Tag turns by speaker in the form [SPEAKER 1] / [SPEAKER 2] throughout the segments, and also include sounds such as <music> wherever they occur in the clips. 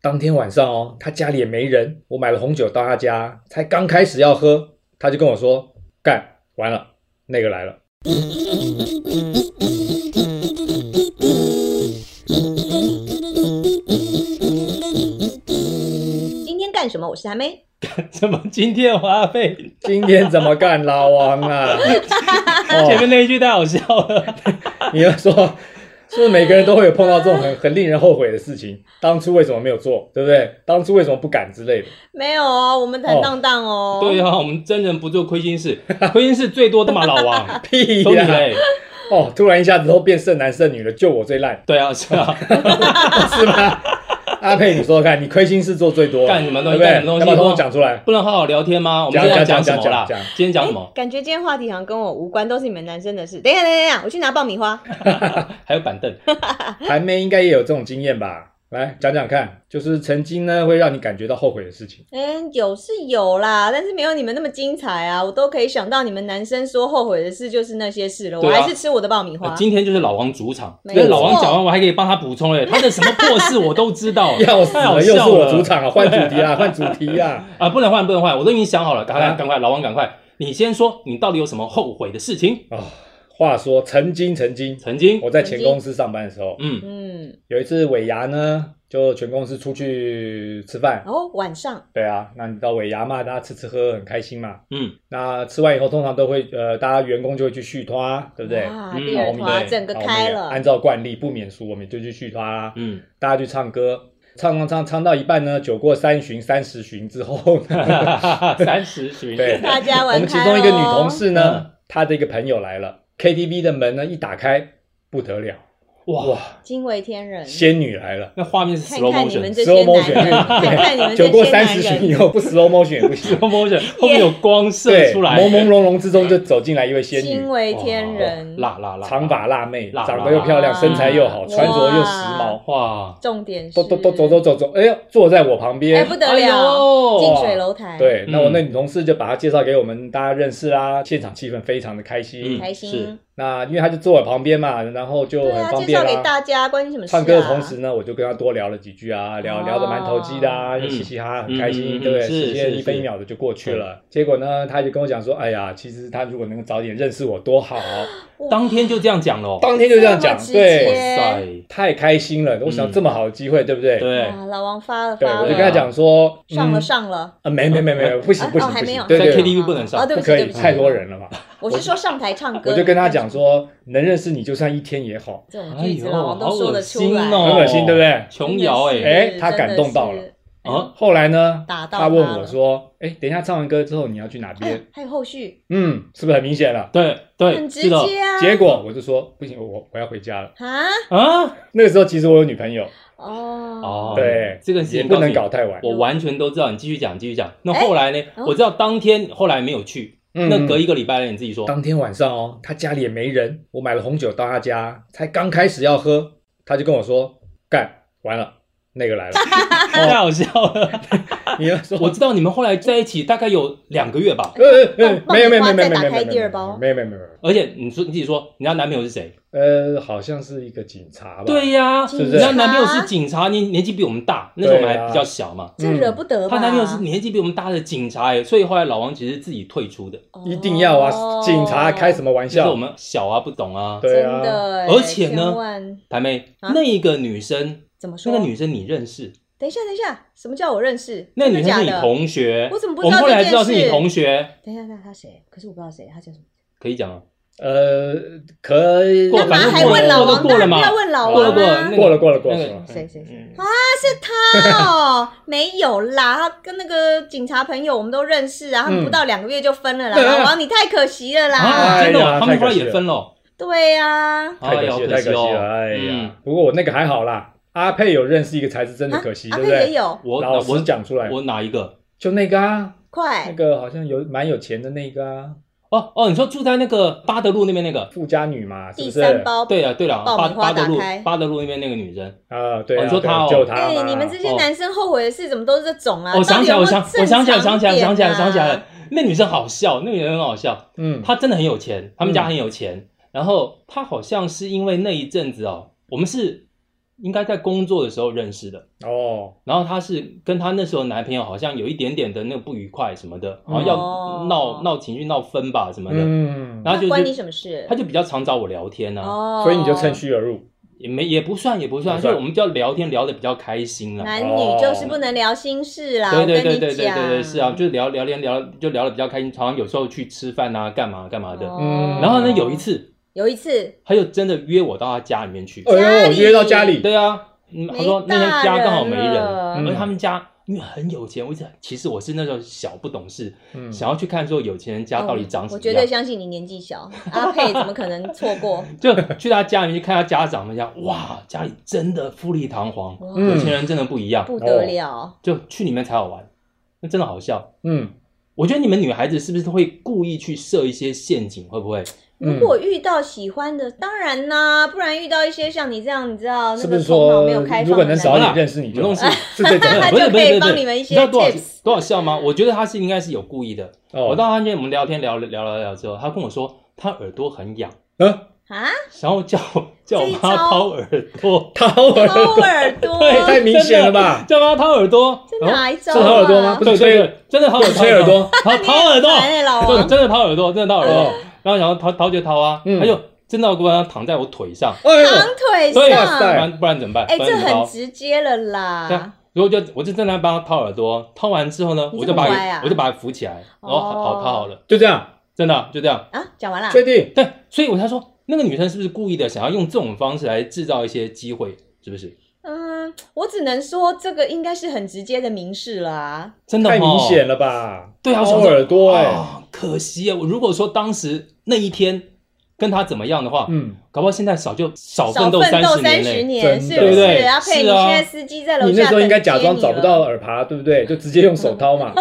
[SPEAKER 1] 当天晚上哦，他家里也没人，我买了红酒到他家，才刚开始要喝，他就跟我说：“干完了，那个来了。”
[SPEAKER 2] 今天干什么？我是韩梅。
[SPEAKER 3] <laughs> 怎么今天花费？
[SPEAKER 1] 今天怎么干，老王啊？
[SPEAKER 3] 前
[SPEAKER 1] 哦，
[SPEAKER 3] 面那一句太好笑了。
[SPEAKER 1] 你要说，是不是每个人都会有碰到这种很很令人后悔的事情？当初为什么没有做，对不对？当初为什么不敢之类的？
[SPEAKER 2] 没有哦，我们坦荡荡哦。
[SPEAKER 3] 对啊，我们真人不做亏心事，亏心事最多的嘛老王，
[SPEAKER 1] 屁
[SPEAKER 3] 都你
[SPEAKER 1] 呀、
[SPEAKER 3] 嘞。
[SPEAKER 1] 哦，突然一下子都变剩男剩女了，就我最烂，
[SPEAKER 3] 对啊，是啊，
[SPEAKER 1] 是吗？阿佩，你说说看，你亏心事做最多，
[SPEAKER 3] 干什么东
[SPEAKER 1] 对
[SPEAKER 3] 西
[SPEAKER 1] 不对？
[SPEAKER 3] 干什么东西
[SPEAKER 1] 要不要跟我讲出来？
[SPEAKER 3] 不能好好聊天吗？我们
[SPEAKER 1] 讲
[SPEAKER 3] 今天要
[SPEAKER 1] 讲
[SPEAKER 3] 什
[SPEAKER 1] 讲
[SPEAKER 3] 么啦
[SPEAKER 1] 讲讲？
[SPEAKER 3] 今天讲什么？
[SPEAKER 2] 感觉今天话题好像跟我无关，都是你们男生的事。等一下，等一下，我去拿爆米花。
[SPEAKER 3] 还有板凳，
[SPEAKER 1] 韩妹应该也有这种经验吧？来讲讲看，就是曾经呢会让你感觉到后悔的事
[SPEAKER 2] <laughs>
[SPEAKER 1] 情。，
[SPEAKER 2] 嗯，有是有啦，但是没有你们那么精彩啊。我都可以想到你们男生说后悔的事就是那些事了，我
[SPEAKER 3] 对啊
[SPEAKER 2] 还是吃我的爆米花。
[SPEAKER 3] 今天就是老王主场。
[SPEAKER 2] 没
[SPEAKER 3] 那老王
[SPEAKER 2] 错
[SPEAKER 3] 讲完，我还可以帮他补充嘞，他的什么破事我都知道
[SPEAKER 1] 要死
[SPEAKER 3] 太好
[SPEAKER 1] 了，
[SPEAKER 3] 笑
[SPEAKER 1] 又
[SPEAKER 3] 了。
[SPEAKER 1] 是我主场啊！换主题
[SPEAKER 2] <laughs>
[SPEAKER 1] 啦，换主题啦！
[SPEAKER 3] 啊，不能换，不能换，我都已经想好了，赶
[SPEAKER 1] 啊
[SPEAKER 3] 快，赶快，老王，赶快，你先说，你到底有什么后悔的事情？
[SPEAKER 1] 啊、话说曾经曾经，
[SPEAKER 3] 曾经，
[SPEAKER 1] 我在前公司上班的时候，
[SPEAKER 3] 嗯，
[SPEAKER 2] 嗯，
[SPEAKER 1] 有一次尾牙呢，就全公司出去吃饭
[SPEAKER 2] 然。后哦晚上
[SPEAKER 1] 对啊，那你到尾牙嘛，大家吃吃喝喝很开心嘛。
[SPEAKER 3] 嗯，
[SPEAKER 1] 那吃完以后，通常都会呃，大家员工就会去续拖，对不对？哦
[SPEAKER 2] 哇，
[SPEAKER 3] 嗯
[SPEAKER 2] 第二
[SPEAKER 1] 我们
[SPEAKER 2] 团
[SPEAKER 3] 对
[SPEAKER 2] 整个
[SPEAKER 1] 那我们
[SPEAKER 2] 开
[SPEAKER 1] 也
[SPEAKER 2] 了
[SPEAKER 1] 按，照惯例不免俗，我们就去续啊拖啦。
[SPEAKER 3] 嗯，
[SPEAKER 1] 大家去唱歌，唱唱唱唱到一半呢，酒过三巡、三十巡之后呢，
[SPEAKER 3] <laughs> 三十巡，
[SPEAKER 1] 对
[SPEAKER 2] 大家
[SPEAKER 1] 我
[SPEAKER 2] 玩
[SPEAKER 1] 们其
[SPEAKER 2] 开
[SPEAKER 1] 中一个女
[SPEAKER 2] 咯
[SPEAKER 1] 同事呢
[SPEAKER 3] 嗯，
[SPEAKER 1] 她的一个朋友来了，KTV 的门呢一打开，不得了，
[SPEAKER 3] 哇，
[SPEAKER 1] 哇，
[SPEAKER 2] 惊为天人，
[SPEAKER 1] 仙女来了。
[SPEAKER 3] 那画面是
[SPEAKER 2] 看
[SPEAKER 3] slow
[SPEAKER 2] 看你们
[SPEAKER 3] motion，slow
[SPEAKER 2] 这些
[SPEAKER 1] slow
[SPEAKER 2] 男
[SPEAKER 1] motion，
[SPEAKER 2] 人，看看你
[SPEAKER 1] <laughs>
[SPEAKER 2] 们
[SPEAKER 1] 酒
[SPEAKER 2] 这
[SPEAKER 1] 过
[SPEAKER 2] 些
[SPEAKER 1] 三
[SPEAKER 2] 男
[SPEAKER 1] 十巡以
[SPEAKER 2] 人，
[SPEAKER 1] 后不 slow motion 也不
[SPEAKER 3] <laughs>
[SPEAKER 1] 行，
[SPEAKER 3] motion，后面有光射
[SPEAKER 1] 对，
[SPEAKER 3] 出来，
[SPEAKER 1] 朦朦胧胧之中就走进来一位仙
[SPEAKER 2] 惊
[SPEAKER 1] 女，
[SPEAKER 2] 为天
[SPEAKER 1] 哦
[SPEAKER 2] 人。
[SPEAKER 3] 辣辣辣，
[SPEAKER 1] 长发辣妹，
[SPEAKER 3] 辣
[SPEAKER 1] 长得又漂亮，
[SPEAKER 2] 哇
[SPEAKER 1] 身材又好，
[SPEAKER 2] 哇
[SPEAKER 1] 穿着又时髦，
[SPEAKER 3] 哇，
[SPEAKER 2] 重点是
[SPEAKER 1] 都都都走走走走，哎呦，坐在我旁
[SPEAKER 2] 哎
[SPEAKER 1] 边
[SPEAKER 2] 不。得了，近水楼台，，
[SPEAKER 1] 对，那我
[SPEAKER 3] 嗯
[SPEAKER 1] 那女同事就把她介绍给我们大家认识啦，现场气氛非常的开心。
[SPEAKER 3] 嗯
[SPEAKER 2] 开
[SPEAKER 3] 是
[SPEAKER 2] 心，
[SPEAKER 1] 那因为她就坐我旁边嘛，然后就
[SPEAKER 2] 对
[SPEAKER 1] 很
[SPEAKER 2] 啊，
[SPEAKER 1] 方
[SPEAKER 2] 介
[SPEAKER 1] 便
[SPEAKER 2] 绍
[SPEAKER 1] 啦。
[SPEAKER 2] 给大家，关你什么事啊？
[SPEAKER 1] 唱歌的同时呢，我就跟他多聊了几句啊，聊
[SPEAKER 2] 哦
[SPEAKER 1] 聊得蛮投机的啊，
[SPEAKER 3] 嗯
[SPEAKER 1] 嘻嘻哈哈，很开
[SPEAKER 3] 嗯嗯
[SPEAKER 1] 心，
[SPEAKER 3] 嗯
[SPEAKER 1] 对不对？
[SPEAKER 3] 是
[SPEAKER 1] 时间
[SPEAKER 3] 是
[SPEAKER 1] 一分一秒的就过去了。结果呢，他就跟我讲说：“哎呀，其实他如果能够早点认识我多好。啊
[SPEAKER 3] <laughs> 当天就这样讲了”，
[SPEAKER 1] 当天就这样讲
[SPEAKER 2] 这么，直
[SPEAKER 3] 哇
[SPEAKER 1] 对
[SPEAKER 2] 接，
[SPEAKER 3] 塞，
[SPEAKER 1] 太开心了。我想
[SPEAKER 3] 嗯
[SPEAKER 1] 这么好的机会，对不对？
[SPEAKER 3] 对，
[SPEAKER 2] 哇，啊老王发了
[SPEAKER 1] 对，
[SPEAKER 2] 发
[SPEAKER 1] 我
[SPEAKER 2] 了，啊
[SPEAKER 1] 就跟他讲说：“
[SPEAKER 2] 上了
[SPEAKER 1] 嗯
[SPEAKER 2] 上了，
[SPEAKER 1] 啊，没没没
[SPEAKER 3] 嗯
[SPEAKER 1] 没，不行
[SPEAKER 2] 啊
[SPEAKER 1] 不行
[SPEAKER 2] 哦还
[SPEAKER 1] 不
[SPEAKER 2] 没有
[SPEAKER 1] 行，对
[SPEAKER 3] 在
[SPEAKER 1] 对，
[SPEAKER 3] KTV 不能上
[SPEAKER 2] 哦，对
[SPEAKER 1] 不
[SPEAKER 2] 不起
[SPEAKER 1] 可
[SPEAKER 2] 对
[SPEAKER 1] 以，
[SPEAKER 2] 不起，嗯
[SPEAKER 1] 太多人了嘛。”
[SPEAKER 2] 我是说上台唱歌，
[SPEAKER 1] 我就跟他讲说：“能认识你，就算一天也好，
[SPEAKER 2] 这种
[SPEAKER 3] 哎
[SPEAKER 2] 句子，
[SPEAKER 3] 呦，
[SPEAKER 2] 老
[SPEAKER 3] 好
[SPEAKER 2] 王都说
[SPEAKER 3] 恶
[SPEAKER 2] 得出
[SPEAKER 3] 心
[SPEAKER 2] 来，
[SPEAKER 3] 哦，
[SPEAKER 1] 很恶心，对不对
[SPEAKER 3] 琼瑶
[SPEAKER 2] 真的
[SPEAKER 3] 哎，
[SPEAKER 1] 哎
[SPEAKER 2] 是
[SPEAKER 1] 他感动到了，
[SPEAKER 2] 真的是
[SPEAKER 3] 啊，？”
[SPEAKER 1] 后来呢，
[SPEAKER 2] 打到
[SPEAKER 1] 他问
[SPEAKER 2] 他
[SPEAKER 1] 我
[SPEAKER 2] 了
[SPEAKER 1] 说：“哎，等一下唱完歌之后你要去哪
[SPEAKER 2] 哎
[SPEAKER 1] 边
[SPEAKER 2] 呦？”还有后续，
[SPEAKER 1] 嗯，是不是很明显了？
[SPEAKER 3] 对对，
[SPEAKER 2] 很直
[SPEAKER 3] 是的，
[SPEAKER 2] 接啊，
[SPEAKER 1] 结果我就说不行，我我要回家了。
[SPEAKER 2] 啊，
[SPEAKER 3] 啊，
[SPEAKER 1] 那个时候其实我有女朋友，
[SPEAKER 2] 哦
[SPEAKER 3] 哦，
[SPEAKER 1] 对，
[SPEAKER 3] 这个事
[SPEAKER 1] 也
[SPEAKER 3] 情
[SPEAKER 1] 不能
[SPEAKER 3] 告诉你
[SPEAKER 1] 搞太晚。
[SPEAKER 3] 我完全都知道，你继续讲，继续讲。那
[SPEAKER 2] 哎
[SPEAKER 3] 后来呢？
[SPEAKER 2] 哦
[SPEAKER 3] 我知道当天后来没有去，
[SPEAKER 1] 嗯
[SPEAKER 3] 那隔一个礼拜了，你自己说。
[SPEAKER 1] 当天晚上哦，他家里也没人，我买了红酒到他家，才刚开始要喝，他就跟我说：“干完了，那个来了。
[SPEAKER 3] 太好笑了！
[SPEAKER 1] 你要说
[SPEAKER 3] 我知道你们后来在一起大概有两个月吧，
[SPEAKER 1] 呃呃呃，
[SPEAKER 2] 爆
[SPEAKER 1] 没有没有没有
[SPEAKER 2] 爆
[SPEAKER 1] 没有没
[SPEAKER 2] 米花再打
[SPEAKER 1] 有没
[SPEAKER 2] 开
[SPEAKER 1] 有
[SPEAKER 2] 第二包
[SPEAKER 1] 没有没有没有没有，
[SPEAKER 3] 而且你说你自己说，你家男朋友是谁？
[SPEAKER 1] 呃，好像是一个警察吧？
[SPEAKER 3] 对呀，
[SPEAKER 2] 是
[SPEAKER 1] 不是
[SPEAKER 3] 你家男朋友是警察，年年纪比我们大，那时候我们还比较小嘛。
[SPEAKER 2] 这惹不得吧？
[SPEAKER 1] 啊嗯
[SPEAKER 3] 她男朋友是年纪比我们大的警察哎，所以后来老王其实自己退出的，
[SPEAKER 2] 哦
[SPEAKER 1] 一定要啊！警察开什么玩
[SPEAKER 3] 就是
[SPEAKER 1] 笑？
[SPEAKER 3] 我们小啊，不懂啊。
[SPEAKER 1] 对啊
[SPEAKER 2] 真的哎，
[SPEAKER 3] 而且呢
[SPEAKER 2] 千万
[SPEAKER 3] 台妹，
[SPEAKER 2] 啊
[SPEAKER 3] 那一个女生，
[SPEAKER 2] 怎么说？
[SPEAKER 3] 那个女生你认识？
[SPEAKER 2] 等一下，等一下，什么叫我认识？
[SPEAKER 3] 那个
[SPEAKER 2] 真
[SPEAKER 3] 女
[SPEAKER 2] 的
[SPEAKER 3] 生是你
[SPEAKER 2] 假的？
[SPEAKER 3] 同学，
[SPEAKER 2] 我怎么不知道
[SPEAKER 3] 我们后来知道是
[SPEAKER 2] 这件
[SPEAKER 3] 你
[SPEAKER 2] 事
[SPEAKER 3] 同学，
[SPEAKER 2] 等一下，那他谁？可是我不知道谁，他叫什么？
[SPEAKER 3] 可以讲啊。
[SPEAKER 1] 呃，可以
[SPEAKER 3] 过
[SPEAKER 2] 干嘛
[SPEAKER 3] 反正
[SPEAKER 2] 还
[SPEAKER 3] 过了
[SPEAKER 2] 问老
[SPEAKER 3] 过
[SPEAKER 2] 王？
[SPEAKER 3] 了过了
[SPEAKER 2] 当然
[SPEAKER 3] 嘛
[SPEAKER 2] 不要问老
[SPEAKER 3] 过了
[SPEAKER 2] 王
[SPEAKER 3] 过了，
[SPEAKER 2] 啊
[SPEAKER 3] 那！个
[SPEAKER 1] 过了过了过
[SPEAKER 3] 那
[SPEAKER 1] 了
[SPEAKER 3] 个
[SPEAKER 1] 过了。
[SPEAKER 2] 谁谁谁
[SPEAKER 3] 嗯
[SPEAKER 2] 啊？是他哦，没有啦，他跟那个警察朋友我们都认识啊，他们
[SPEAKER 1] 嗯
[SPEAKER 2] 不到两个月就分了啦。
[SPEAKER 3] 对啊
[SPEAKER 2] 老王，你太可惜了啦。
[SPEAKER 3] 啊，
[SPEAKER 1] 哎
[SPEAKER 3] 真的
[SPEAKER 1] 呀
[SPEAKER 3] 哦，他们后
[SPEAKER 1] 太
[SPEAKER 3] 来
[SPEAKER 1] 可惜了
[SPEAKER 3] 也分了。
[SPEAKER 2] 对啊呀，
[SPEAKER 3] 哎
[SPEAKER 1] 太可
[SPEAKER 3] 呀，
[SPEAKER 1] 惜了，太可惜
[SPEAKER 3] 哦
[SPEAKER 1] 了，哎
[SPEAKER 3] 嗯
[SPEAKER 1] 呀！不过我那个还好啦，阿佩有认识一个才是真的可惜，
[SPEAKER 2] 啊
[SPEAKER 1] 对不
[SPEAKER 2] 阿佩也
[SPEAKER 1] 对？
[SPEAKER 2] 有
[SPEAKER 3] 我
[SPEAKER 1] 老
[SPEAKER 3] 我
[SPEAKER 1] 实讲出来，
[SPEAKER 3] 我哪一个？
[SPEAKER 1] 就那个啊，那
[SPEAKER 2] 快
[SPEAKER 1] 个好像有蛮有钱的那个啊，
[SPEAKER 3] 哦哦，你说住在那个巴德路那边那个？
[SPEAKER 1] 富家女嘛，是
[SPEAKER 2] 第
[SPEAKER 1] 不是？
[SPEAKER 2] 三包。
[SPEAKER 3] 对了对了，
[SPEAKER 2] 爆
[SPEAKER 3] 巴
[SPEAKER 2] 米花
[SPEAKER 3] 巴德路
[SPEAKER 2] 打开
[SPEAKER 3] 巴德路那边那个女生。
[SPEAKER 1] 啊，对
[SPEAKER 3] 哦
[SPEAKER 1] 啊，
[SPEAKER 3] 你说
[SPEAKER 1] 对
[SPEAKER 3] 她哦
[SPEAKER 1] 就她
[SPEAKER 2] 哎，
[SPEAKER 1] 嘛
[SPEAKER 2] 你们这些
[SPEAKER 3] 哦
[SPEAKER 2] 男生后悔的事怎么都是这种啊？
[SPEAKER 3] 哦，想起来，我想我想起来，想起来，想起来，想起来
[SPEAKER 2] 了
[SPEAKER 3] 了。。那女生好笑，那女生很好笑，
[SPEAKER 1] 嗯，
[SPEAKER 3] 她真的很有
[SPEAKER 2] 嗯
[SPEAKER 3] 钱，他们家很有钱。然后她好像是因为那一阵子哦，我们是应该在工作的时候认识的。
[SPEAKER 1] 哦，
[SPEAKER 3] 然后她是跟她那时候男朋友好像有一点点的那个不愉快什么的，
[SPEAKER 1] 嗯
[SPEAKER 3] 然后要
[SPEAKER 2] 哦
[SPEAKER 3] 闹闹情绪闹分吧什么的，
[SPEAKER 1] 嗯，
[SPEAKER 3] 然
[SPEAKER 2] 那
[SPEAKER 3] 后就
[SPEAKER 2] 关你
[SPEAKER 3] 是
[SPEAKER 2] 什么事
[SPEAKER 3] 她？就比较常找我聊天啊，
[SPEAKER 2] 哦，
[SPEAKER 1] 所以你就趁虚而入，
[SPEAKER 3] 也没也不算也不算，
[SPEAKER 1] 不
[SPEAKER 3] 就
[SPEAKER 1] 算
[SPEAKER 3] 是我们就聊天聊得比较开心啊啦。
[SPEAKER 2] 男女就是不能聊心事啦，
[SPEAKER 3] 哦对
[SPEAKER 2] 我跟
[SPEAKER 3] 对
[SPEAKER 2] 你
[SPEAKER 3] 对对对对
[SPEAKER 2] 讲，
[SPEAKER 3] 对对，是啊，就聊聊天聊就聊得比较开心，常常有时候去吃饭啊，干嘛干嘛的。
[SPEAKER 2] 哦
[SPEAKER 3] 然后呢，有一次
[SPEAKER 2] 有一次，
[SPEAKER 3] 她就真的约我到她家里面去。
[SPEAKER 1] 哎呦，
[SPEAKER 2] 家里
[SPEAKER 1] 约到家里，
[SPEAKER 3] 对啊，嗯，她说那天家刚好没人，
[SPEAKER 1] 嗯
[SPEAKER 3] 而他们家因为很有钱，我一直其实我是那时候小不懂事，
[SPEAKER 1] 嗯，
[SPEAKER 3] 想要去看说有钱人家到底长
[SPEAKER 2] 哦
[SPEAKER 3] 什
[SPEAKER 2] 我
[SPEAKER 3] 么
[SPEAKER 2] 绝对
[SPEAKER 3] 样，
[SPEAKER 2] 相信你年纪小， <laughs> 阿佩怎么可能错
[SPEAKER 3] <laughs>
[SPEAKER 2] 过？
[SPEAKER 3] 就去他家里面去看他家长们家，哇，家里真的富丽堂皇，
[SPEAKER 2] 哇
[SPEAKER 1] 嗯
[SPEAKER 3] 有钱人真的不一样，
[SPEAKER 2] 不得了，
[SPEAKER 3] 就去里面才好玩，那真的好笑。
[SPEAKER 1] 嗯，
[SPEAKER 3] 我觉得你们女孩子是不是会故意去设一些陷阱？会不会？
[SPEAKER 1] 嗯
[SPEAKER 2] 如果遇到喜欢的，当然啦，不然遇到一些像你这样，你知道哦那
[SPEAKER 1] 是不
[SPEAKER 2] 个
[SPEAKER 1] 是
[SPEAKER 2] 头脑
[SPEAKER 1] 说
[SPEAKER 2] 没有开
[SPEAKER 1] 如
[SPEAKER 2] 放
[SPEAKER 1] 果
[SPEAKER 2] 的
[SPEAKER 1] 能
[SPEAKER 2] 男
[SPEAKER 1] 早
[SPEAKER 2] 人，
[SPEAKER 1] 点认识你就
[SPEAKER 3] 不
[SPEAKER 1] 好
[SPEAKER 3] 是
[SPEAKER 1] <laughs> 是这种
[SPEAKER 2] 他 <laughs>
[SPEAKER 3] 不
[SPEAKER 2] 就是
[SPEAKER 3] 不
[SPEAKER 2] 可
[SPEAKER 3] 是
[SPEAKER 2] 以
[SPEAKER 3] 不
[SPEAKER 2] 帮你
[SPEAKER 3] 是，
[SPEAKER 2] 们一
[SPEAKER 3] 你知
[SPEAKER 2] 些
[SPEAKER 3] 道多少
[SPEAKER 2] tips。
[SPEAKER 3] 多少笑吗？我觉得他是应该是有故意的。我
[SPEAKER 1] 哦，
[SPEAKER 3] 到他那边我们聊天聊聊聊聊之后，他跟我说他耳朵很痒，
[SPEAKER 1] 嗯，
[SPEAKER 2] 啊，
[SPEAKER 3] 然后叫我叫我
[SPEAKER 2] 这一
[SPEAKER 3] 帮他
[SPEAKER 2] 招
[SPEAKER 3] 掏耳朵。
[SPEAKER 1] 掏耳
[SPEAKER 2] <laughs> 抠
[SPEAKER 1] 朵，
[SPEAKER 2] 耳
[SPEAKER 3] <laughs>
[SPEAKER 2] 朵，
[SPEAKER 1] 太明显了吧？
[SPEAKER 3] 叫他掏耳朵，
[SPEAKER 2] 这
[SPEAKER 3] 然后
[SPEAKER 2] 哪一招
[SPEAKER 1] 是掏耳朵吗
[SPEAKER 2] 啊
[SPEAKER 1] 不？
[SPEAKER 3] 对
[SPEAKER 1] 是
[SPEAKER 3] 对
[SPEAKER 1] 吹
[SPEAKER 3] 对，真的掏
[SPEAKER 1] 有吹耳朵，
[SPEAKER 3] 掏掏耳朵，
[SPEAKER 2] 烦欸
[SPEAKER 3] <laughs>
[SPEAKER 2] 老
[SPEAKER 3] 对，
[SPEAKER 2] 王，
[SPEAKER 3] 真的掏耳朵，真的掏耳朵
[SPEAKER 1] 哦。
[SPEAKER 3] 然后然后掏掏就掏啊，
[SPEAKER 1] 嗯
[SPEAKER 3] 他就真的要不然躺在我腿上，
[SPEAKER 1] 哎呦，
[SPEAKER 2] 绑腿
[SPEAKER 3] 对，
[SPEAKER 1] 哇
[SPEAKER 3] 不
[SPEAKER 1] 塞
[SPEAKER 2] 上，
[SPEAKER 3] 然不然怎
[SPEAKER 1] <laughs>
[SPEAKER 3] 么办？
[SPEAKER 2] 哎，
[SPEAKER 3] 不然
[SPEAKER 2] 这
[SPEAKER 3] 怎么
[SPEAKER 2] 很
[SPEAKER 3] 掏？
[SPEAKER 2] 直接了
[SPEAKER 3] 对
[SPEAKER 2] 啦
[SPEAKER 3] 啊。然后就我就正在帮他掏耳朵，掏完之后呢，
[SPEAKER 2] 你
[SPEAKER 3] 我
[SPEAKER 2] 这
[SPEAKER 3] 就
[SPEAKER 2] 么
[SPEAKER 3] 把
[SPEAKER 2] 乖啊
[SPEAKER 3] 我就把他扶起来，然后好好
[SPEAKER 2] 哦
[SPEAKER 3] 掏好了，
[SPEAKER 1] 就这样，
[SPEAKER 3] 真的就这样。
[SPEAKER 2] 啊，讲完啦。
[SPEAKER 1] 确定？
[SPEAKER 3] 对，所以我才说那个女生是不是故意的，想要用这种方式来制造一些机会，是不是？
[SPEAKER 2] 嗯，我只能说这个应该是很直接的明示了啊。
[SPEAKER 3] 真的
[SPEAKER 1] 太明
[SPEAKER 3] 哦
[SPEAKER 1] 显了吧？
[SPEAKER 3] 对啊，我
[SPEAKER 1] 掏
[SPEAKER 3] 想说
[SPEAKER 1] 耳朵，哎，
[SPEAKER 3] 啊可惜啊！我如果说当时那一天跟他怎么样的话，
[SPEAKER 1] 嗯，
[SPEAKER 3] 搞不好现在少就少
[SPEAKER 2] 少
[SPEAKER 3] 奋斗
[SPEAKER 2] 奋斗三
[SPEAKER 3] 十年
[SPEAKER 2] 十
[SPEAKER 3] 嘞。
[SPEAKER 2] 年，
[SPEAKER 1] 真
[SPEAKER 2] 是
[SPEAKER 1] 的
[SPEAKER 2] 不
[SPEAKER 3] 对不对
[SPEAKER 2] 阿佩，
[SPEAKER 3] 是
[SPEAKER 2] 你
[SPEAKER 3] 啊
[SPEAKER 2] 现在司机在楼下，
[SPEAKER 1] 你那时候应该假装找不到。耳耙，对不对？就直接用手掏
[SPEAKER 2] <laughs>
[SPEAKER 1] 嘛，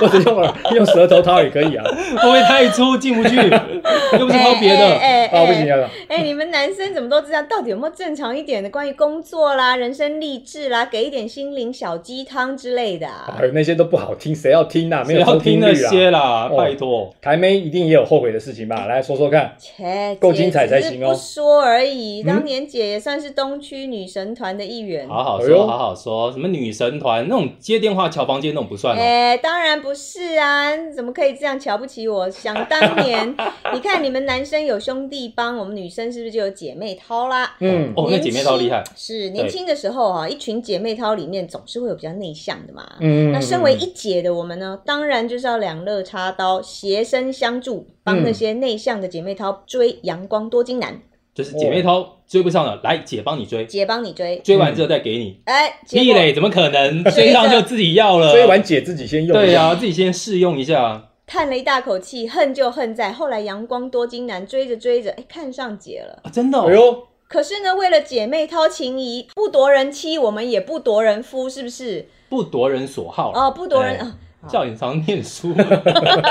[SPEAKER 1] 或者用耳用舌头掏也可以啊。
[SPEAKER 3] 会不会太粗进
[SPEAKER 1] <laughs>
[SPEAKER 3] 不去？又不是
[SPEAKER 2] 哎
[SPEAKER 3] 掏别的，
[SPEAKER 2] <laughs> 哎哎
[SPEAKER 1] 啊，不行
[SPEAKER 2] 哎
[SPEAKER 1] 啊，
[SPEAKER 2] 哎，你们男生怎么都知道？到底有没有正常一点的关于工作啦、人生励志啦，给一点心灵小鸡汤之类的啊？
[SPEAKER 1] 哎呦，那些都不好听，谁要听啊？没
[SPEAKER 3] 谁
[SPEAKER 1] 有
[SPEAKER 3] 要
[SPEAKER 1] 收
[SPEAKER 3] 听
[SPEAKER 1] 听
[SPEAKER 3] 那
[SPEAKER 1] 率啊。
[SPEAKER 3] 些啦，
[SPEAKER 1] 哦
[SPEAKER 3] 拜托。
[SPEAKER 1] 台妹一定也有后悔的事情吧？来说说看。
[SPEAKER 2] 切，
[SPEAKER 1] 够
[SPEAKER 2] 姐
[SPEAKER 1] 精彩
[SPEAKER 2] 只
[SPEAKER 1] 才
[SPEAKER 2] 是
[SPEAKER 1] 行哦
[SPEAKER 2] 不说而已，
[SPEAKER 1] 嗯
[SPEAKER 2] 当年姐也算是东区女神团的一员。
[SPEAKER 3] 好好
[SPEAKER 1] 哎呦
[SPEAKER 3] 说，好好说，什么女神团那种接电话、敲房间那种不算哦。
[SPEAKER 2] 哎、当然不是啊，怎么可以这样瞧不起我？想当
[SPEAKER 3] <laughs>
[SPEAKER 2] 年，你看你们男生有兄弟帮，我们女生是不是就有姐妹掏啦？
[SPEAKER 1] 嗯，
[SPEAKER 3] 哦，那姐妹超厉害
[SPEAKER 2] 年轻。是年轻的时候啊，一群姐妹掏里面总是会有比较内向的嘛。
[SPEAKER 1] 嗯，
[SPEAKER 2] 那身为一姐的我们呢，当然就是要两肋插刀，携身相助，帮那些内向的姐妹掏追阳光多金男，
[SPEAKER 3] 就是姐妹掏追不上了，来姐帮你追，
[SPEAKER 2] 姐帮你追。
[SPEAKER 3] 追完
[SPEAKER 1] 嗯
[SPEAKER 3] 之后再给你。
[SPEAKER 2] 哎，结
[SPEAKER 3] 屁
[SPEAKER 2] 果
[SPEAKER 3] 嘞，怎么可
[SPEAKER 1] <laughs>
[SPEAKER 3] 能？
[SPEAKER 2] 追着
[SPEAKER 3] 追上就自己要了。
[SPEAKER 1] 所以玩啊姐自己先用。
[SPEAKER 3] 呃对啊呀，自己先试用一下。
[SPEAKER 2] 叹了一大口气，恨就恨在后来阳光多金男追着追着，哎，看上姐了。
[SPEAKER 3] 啊真的哦
[SPEAKER 1] 哎，呦，
[SPEAKER 2] 可是呢，为了姐妹掏情谊，不夺人妻，我们也不夺人夫，是不是？
[SPEAKER 3] 不夺人所好啦
[SPEAKER 2] 哦，不夺人、
[SPEAKER 3] 哎
[SPEAKER 2] 啊
[SPEAKER 3] 叫你常念书，
[SPEAKER 2] <laughs>
[SPEAKER 3] 啊
[SPEAKER 1] <laughs>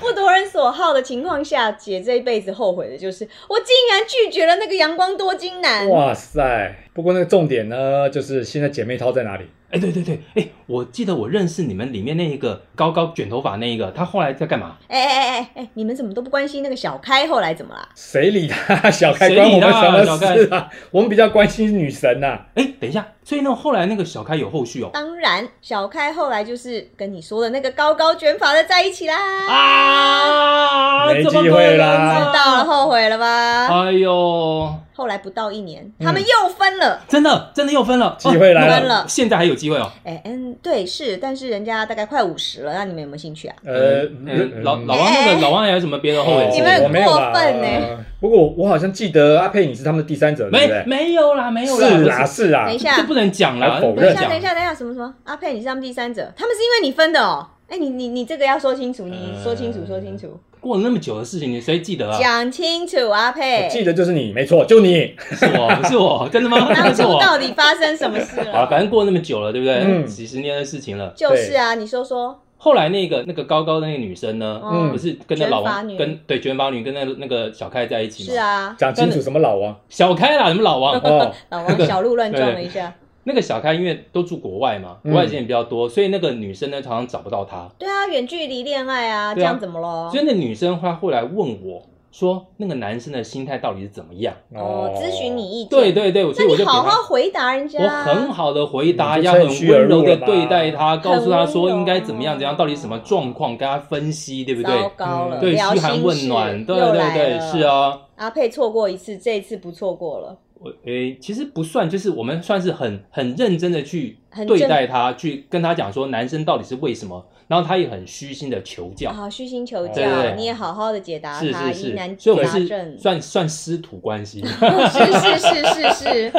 [SPEAKER 2] 不夺人所好的情况下，姐这一辈子后悔的就是，我竟然拒绝了那个阳光多金男。
[SPEAKER 1] 哇塞！不过那个重点呢，就是现在姐妹淘在哪里？
[SPEAKER 3] 哎，对对对，哎，我记得我认识你们里面那一个高高卷头发那一个，他后来在干嘛？
[SPEAKER 2] 哎哎哎哎哎，你们怎么都不关心那个小开后来怎么啦？
[SPEAKER 1] 谁理他？ <laughs> 小开
[SPEAKER 3] 谁
[SPEAKER 1] 关我
[SPEAKER 3] 理
[SPEAKER 1] 们
[SPEAKER 3] 他
[SPEAKER 1] 什么事啊？我们比较关心女神啊呐、
[SPEAKER 3] 哎，等一下，所以那后来那个小开有后续哦。
[SPEAKER 2] 当然，小开后来就是跟你说的那个高高卷发的在一起啦。
[SPEAKER 3] 啊，
[SPEAKER 1] 没
[SPEAKER 3] 这么
[SPEAKER 1] 机
[SPEAKER 3] 多
[SPEAKER 1] 会
[SPEAKER 3] 人
[SPEAKER 1] 啦
[SPEAKER 2] 知
[SPEAKER 3] 啊
[SPEAKER 2] 道了，后悔了吧？
[SPEAKER 3] 哎呦，
[SPEAKER 2] 后来不到一年，他们又分了。
[SPEAKER 3] 真的真的又分了，
[SPEAKER 1] 机会来
[SPEAKER 2] 了
[SPEAKER 3] 哦那现在还有机会哦。
[SPEAKER 2] 哎、嗯，对，是，但是人家大概快五十了，那你们有没有兴趣啊？
[SPEAKER 1] 呃，
[SPEAKER 3] 嗯老老
[SPEAKER 1] 嗯
[SPEAKER 3] 王
[SPEAKER 2] 哎
[SPEAKER 3] 那个老王还有什么别的后悔
[SPEAKER 1] 哦
[SPEAKER 3] 的事
[SPEAKER 2] 你们
[SPEAKER 1] 我
[SPEAKER 2] 很
[SPEAKER 1] 没有啦
[SPEAKER 2] 过分欸呢
[SPEAKER 1] 呃不过我我好像记得阿佩你是他们的第三者，对不
[SPEAKER 3] 没
[SPEAKER 1] 对？
[SPEAKER 3] 没有啦，没有啦，
[SPEAKER 1] 是
[SPEAKER 3] 不
[SPEAKER 1] 啦，是啦
[SPEAKER 2] 等一，下，
[SPEAKER 3] 这不能讲啦，
[SPEAKER 1] 还否啊
[SPEAKER 3] 不
[SPEAKER 2] 等
[SPEAKER 3] 能
[SPEAKER 2] 一下，
[SPEAKER 3] 讲
[SPEAKER 2] 等一下，等一下，什么什么？阿佩，你是他们第三者，他们是因为你分的哦。哎、你你你这个要说清楚，你说清楚，
[SPEAKER 3] 呃
[SPEAKER 2] 说清楚，
[SPEAKER 3] 过了那么久的事情，你谁记得啊？
[SPEAKER 2] 讲清楚，阿
[SPEAKER 1] 我记
[SPEAKER 2] 佩，
[SPEAKER 1] 得就是你，没错，就你。
[SPEAKER 3] 是我，不是我，真的吗？
[SPEAKER 2] 当
[SPEAKER 3] <laughs> 是
[SPEAKER 2] 初
[SPEAKER 3] 我。
[SPEAKER 2] 到底发生什么事
[SPEAKER 3] 好了，
[SPEAKER 2] 了？
[SPEAKER 3] 反正过了那么久 <laughs> 了，对不对？
[SPEAKER 1] 嗯
[SPEAKER 3] 几十年的事情了。
[SPEAKER 2] 就是啊，你说说，
[SPEAKER 3] 后来那个那个高高的那个女生呢，
[SPEAKER 1] 嗯
[SPEAKER 2] 嗯
[SPEAKER 3] 不，是跟那老
[SPEAKER 2] 卷发
[SPEAKER 3] 王
[SPEAKER 2] 女
[SPEAKER 3] 跟对卷发女跟那那个小开在一起吗？
[SPEAKER 2] 是，啊，嗯
[SPEAKER 1] 讲清楚什么老
[SPEAKER 2] <laughs>
[SPEAKER 1] 王
[SPEAKER 3] 小开啦，什么老王？
[SPEAKER 1] 哦，
[SPEAKER 2] 老王小鹿乱撞了一下，
[SPEAKER 3] <laughs> 那个小开因为都住国外嘛，
[SPEAKER 1] 嗯
[SPEAKER 3] 国外经验比较多，所以那个女生呢常常找不到他，
[SPEAKER 2] 对啊，远距离恋爱啊，这
[SPEAKER 3] 对啊
[SPEAKER 2] 样怎么了
[SPEAKER 3] 所？以那女生她后来问我说那个男生的心态到底是怎么样。
[SPEAKER 2] 哦，咨询你意见，
[SPEAKER 3] 对对对，所
[SPEAKER 2] 那
[SPEAKER 3] 以我
[SPEAKER 2] 你
[SPEAKER 3] 就给
[SPEAKER 2] 好
[SPEAKER 3] 他
[SPEAKER 2] 好回答人家
[SPEAKER 3] 我
[SPEAKER 2] 啊，
[SPEAKER 3] 很好的回答，
[SPEAKER 1] 你就
[SPEAKER 3] 要
[SPEAKER 1] 趁
[SPEAKER 3] 很
[SPEAKER 1] 虚而入
[SPEAKER 3] 温柔
[SPEAKER 1] 了
[SPEAKER 3] 的
[SPEAKER 1] 吧
[SPEAKER 3] 对待他，告诉他说
[SPEAKER 2] 温柔啊
[SPEAKER 3] 应该怎么样怎样，到底什么状况，跟他分析，对不
[SPEAKER 2] 糟
[SPEAKER 3] 对？
[SPEAKER 2] 糕了，
[SPEAKER 1] 嗯
[SPEAKER 3] 对，
[SPEAKER 2] 聊
[SPEAKER 3] 嘘
[SPEAKER 2] 心
[SPEAKER 3] 寒问
[SPEAKER 2] 事
[SPEAKER 3] 暖，对
[SPEAKER 2] 又
[SPEAKER 3] 对
[SPEAKER 2] 来
[SPEAKER 3] 对，
[SPEAKER 2] 了
[SPEAKER 3] 是。啊。
[SPEAKER 2] 阿佩错过一次，这一次不错过了，
[SPEAKER 3] 我诶，其实不算，就是我们算是很很认真的去
[SPEAKER 2] 很
[SPEAKER 3] 对
[SPEAKER 2] 正
[SPEAKER 3] 待他，去跟他讲说男生到底是为什么，然后他也很虚心的求教，
[SPEAKER 2] 啊，虚心求
[SPEAKER 1] 对对
[SPEAKER 2] 教，
[SPEAKER 3] 对
[SPEAKER 2] 你也好好的解答
[SPEAKER 3] 是
[SPEAKER 2] 啊他
[SPEAKER 3] 是
[SPEAKER 2] 疑难
[SPEAKER 3] 是，所以我们
[SPEAKER 2] 杂
[SPEAKER 3] 是
[SPEAKER 2] 症。
[SPEAKER 3] 算算师徒关系。 <laughs>
[SPEAKER 2] 是是是是是，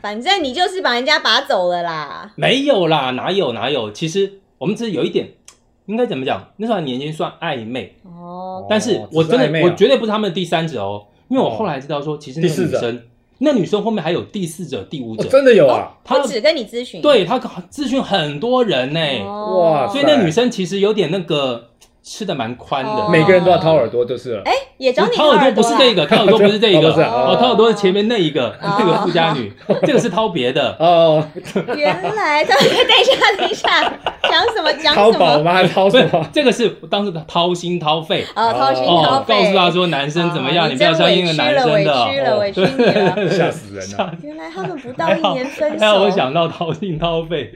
[SPEAKER 2] 反正你就是把人家拔走了啦。
[SPEAKER 3] 没有啦，哪有哪有？其实我们只是有一点，应该怎么讲？那时候年纪算暧昧，
[SPEAKER 2] 哦，
[SPEAKER 3] 但是
[SPEAKER 1] 哦
[SPEAKER 3] 我
[SPEAKER 1] 只是
[SPEAKER 3] 真
[SPEAKER 1] 暧昧
[SPEAKER 3] 的，
[SPEAKER 1] 啊
[SPEAKER 3] 我绝对不是他们的第三者哦，因为我后来知道说，其实那
[SPEAKER 1] 第四
[SPEAKER 3] 个女
[SPEAKER 1] 者
[SPEAKER 3] 生，那女生后面还有第四者、第五
[SPEAKER 1] 哦
[SPEAKER 3] 者，
[SPEAKER 1] 真的有啊，
[SPEAKER 3] 她
[SPEAKER 2] 我只跟你咨询。
[SPEAKER 3] 对她咨询很多人呢、
[SPEAKER 2] 哦
[SPEAKER 1] 哇
[SPEAKER 3] 所以那女生其实有点那个吃的蛮宽
[SPEAKER 2] 哦
[SPEAKER 3] 的。
[SPEAKER 1] 每个人都要掏耳朵就是了。
[SPEAKER 2] 哎也找你
[SPEAKER 3] 掏耳朵不是这
[SPEAKER 2] 个
[SPEAKER 3] 个，掏耳朵不是这
[SPEAKER 1] <laughs> 哦不是
[SPEAKER 3] 个，
[SPEAKER 1] 啊
[SPEAKER 3] 哦，掏耳朵是前面那一个，
[SPEAKER 2] 哦
[SPEAKER 3] 那个富
[SPEAKER 1] <laughs>
[SPEAKER 3] 家女，这个是掏别的。
[SPEAKER 1] 哦，
[SPEAKER 2] 原来他 <laughs> 等一下，等一下，讲什么
[SPEAKER 1] <laughs>
[SPEAKER 2] 讲
[SPEAKER 1] 掏
[SPEAKER 2] 什
[SPEAKER 1] 宝
[SPEAKER 2] 么？
[SPEAKER 1] 吗？掏
[SPEAKER 3] 不
[SPEAKER 1] 什
[SPEAKER 3] 是
[SPEAKER 1] 么？， <laughs>
[SPEAKER 3] 这个是当时的掏心掏肺，
[SPEAKER 2] 哦，掏心掏
[SPEAKER 3] 哦，
[SPEAKER 2] 肺，
[SPEAKER 3] 告诉他说男生怎么样，
[SPEAKER 2] 哦
[SPEAKER 3] 你不要相信那个男生的
[SPEAKER 2] 委屈了，
[SPEAKER 3] 哦。
[SPEAKER 2] 委屈了，委屈你了。
[SPEAKER 3] <laughs>
[SPEAKER 1] 吓死人啊了！
[SPEAKER 2] 原来他们不到
[SPEAKER 3] 还
[SPEAKER 2] 一
[SPEAKER 3] 好
[SPEAKER 2] 年分
[SPEAKER 3] 还好哎我
[SPEAKER 2] 手，
[SPEAKER 3] 想到掏心掏肺，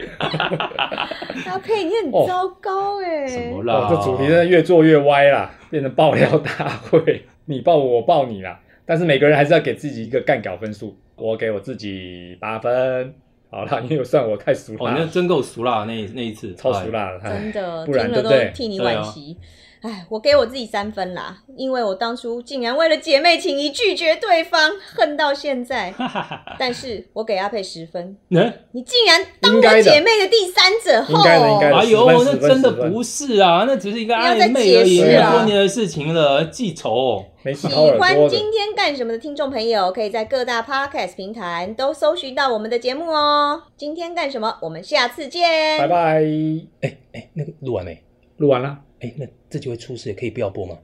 [SPEAKER 2] 阿佩，你很
[SPEAKER 1] 哦
[SPEAKER 2] 糟糕哎。
[SPEAKER 3] 什么
[SPEAKER 1] 哦
[SPEAKER 3] 啦，？
[SPEAKER 1] 这主题真的越做越歪啦， <laughs> 变成爆料大会，你爆我，我爆你啦。但是每个人还是要给自己一个干稿分数，我给我自己八分。好啦，因为算我太俗
[SPEAKER 3] 哦，
[SPEAKER 1] 辣
[SPEAKER 3] 那
[SPEAKER 1] 了，
[SPEAKER 3] 真够俗辣，那一那一次
[SPEAKER 1] 超俗，辣了， <laughs> 哎
[SPEAKER 2] 真的，
[SPEAKER 1] 不
[SPEAKER 2] 听
[SPEAKER 1] 然
[SPEAKER 2] 了
[SPEAKER 1] 对不对哦
[SPEAKER 2] 都替你
[SPEAKER 3] 对
[SPEAKER 2] 惋
[SPEAKER 3] 啊
[SPEAKER 2] 惜。哎，我给我自己三分啦，因为我当初竟然为了姐妹情谊拒绝对方，恨到
[SPEAKER 1] <laughs>
[SPEAKER 2] 现在。但是我给阿佩十分，
[SPEAKER 3] 哎
[SPEAKER 2] 你竟然当
[SPEAKER 1] 应
[SPEAKER 2] 我
[SPEAKER 1] 该的
[SPEAKER 2] 姐妹的第三者后，
[SPEAKER 1] 应该的应 <laughs> 该的
[SPEAKER 3] 哎呦
[SPEAKER 1] 十，分
[SPEAKER 3] 那
[SPEAKER 1] 十分
[SPEAKER 3] 真的
[SPEAKER 1] 十分
[SPEAKER 3] 不是啊，那只是一个
[SPEAKER 2] 不要
[SPEAKER 3] 暧
[SPEAKER 2] 再
[SPEAKER 3] 昧而已，
[SPEAKER 2] 解
[SPEAKER 1] 释了
[SPEAKER 3] 那多年的事情了，记仇。哦
[SPEAKER 1] 没事
[SPEAKER 2] 喜
[SPEAKER 1] 掏耳朵
[SPEAKER 2] 欢
[SPEAKER 1] 的。
[SPEAKER 2] 今天干什么的听众朋友，可以在各大 podcast 平台都搜寻到我们的节目哦。今天干什么？我们下次见，
[SPEAKER 1] 拜。拜，
[SPEAKER 4] 哎哎，那个录完没？
[SPEAKER 1] 录完了。
[SPEAKER 4] 哎，那这就会出事，可以不要播吗？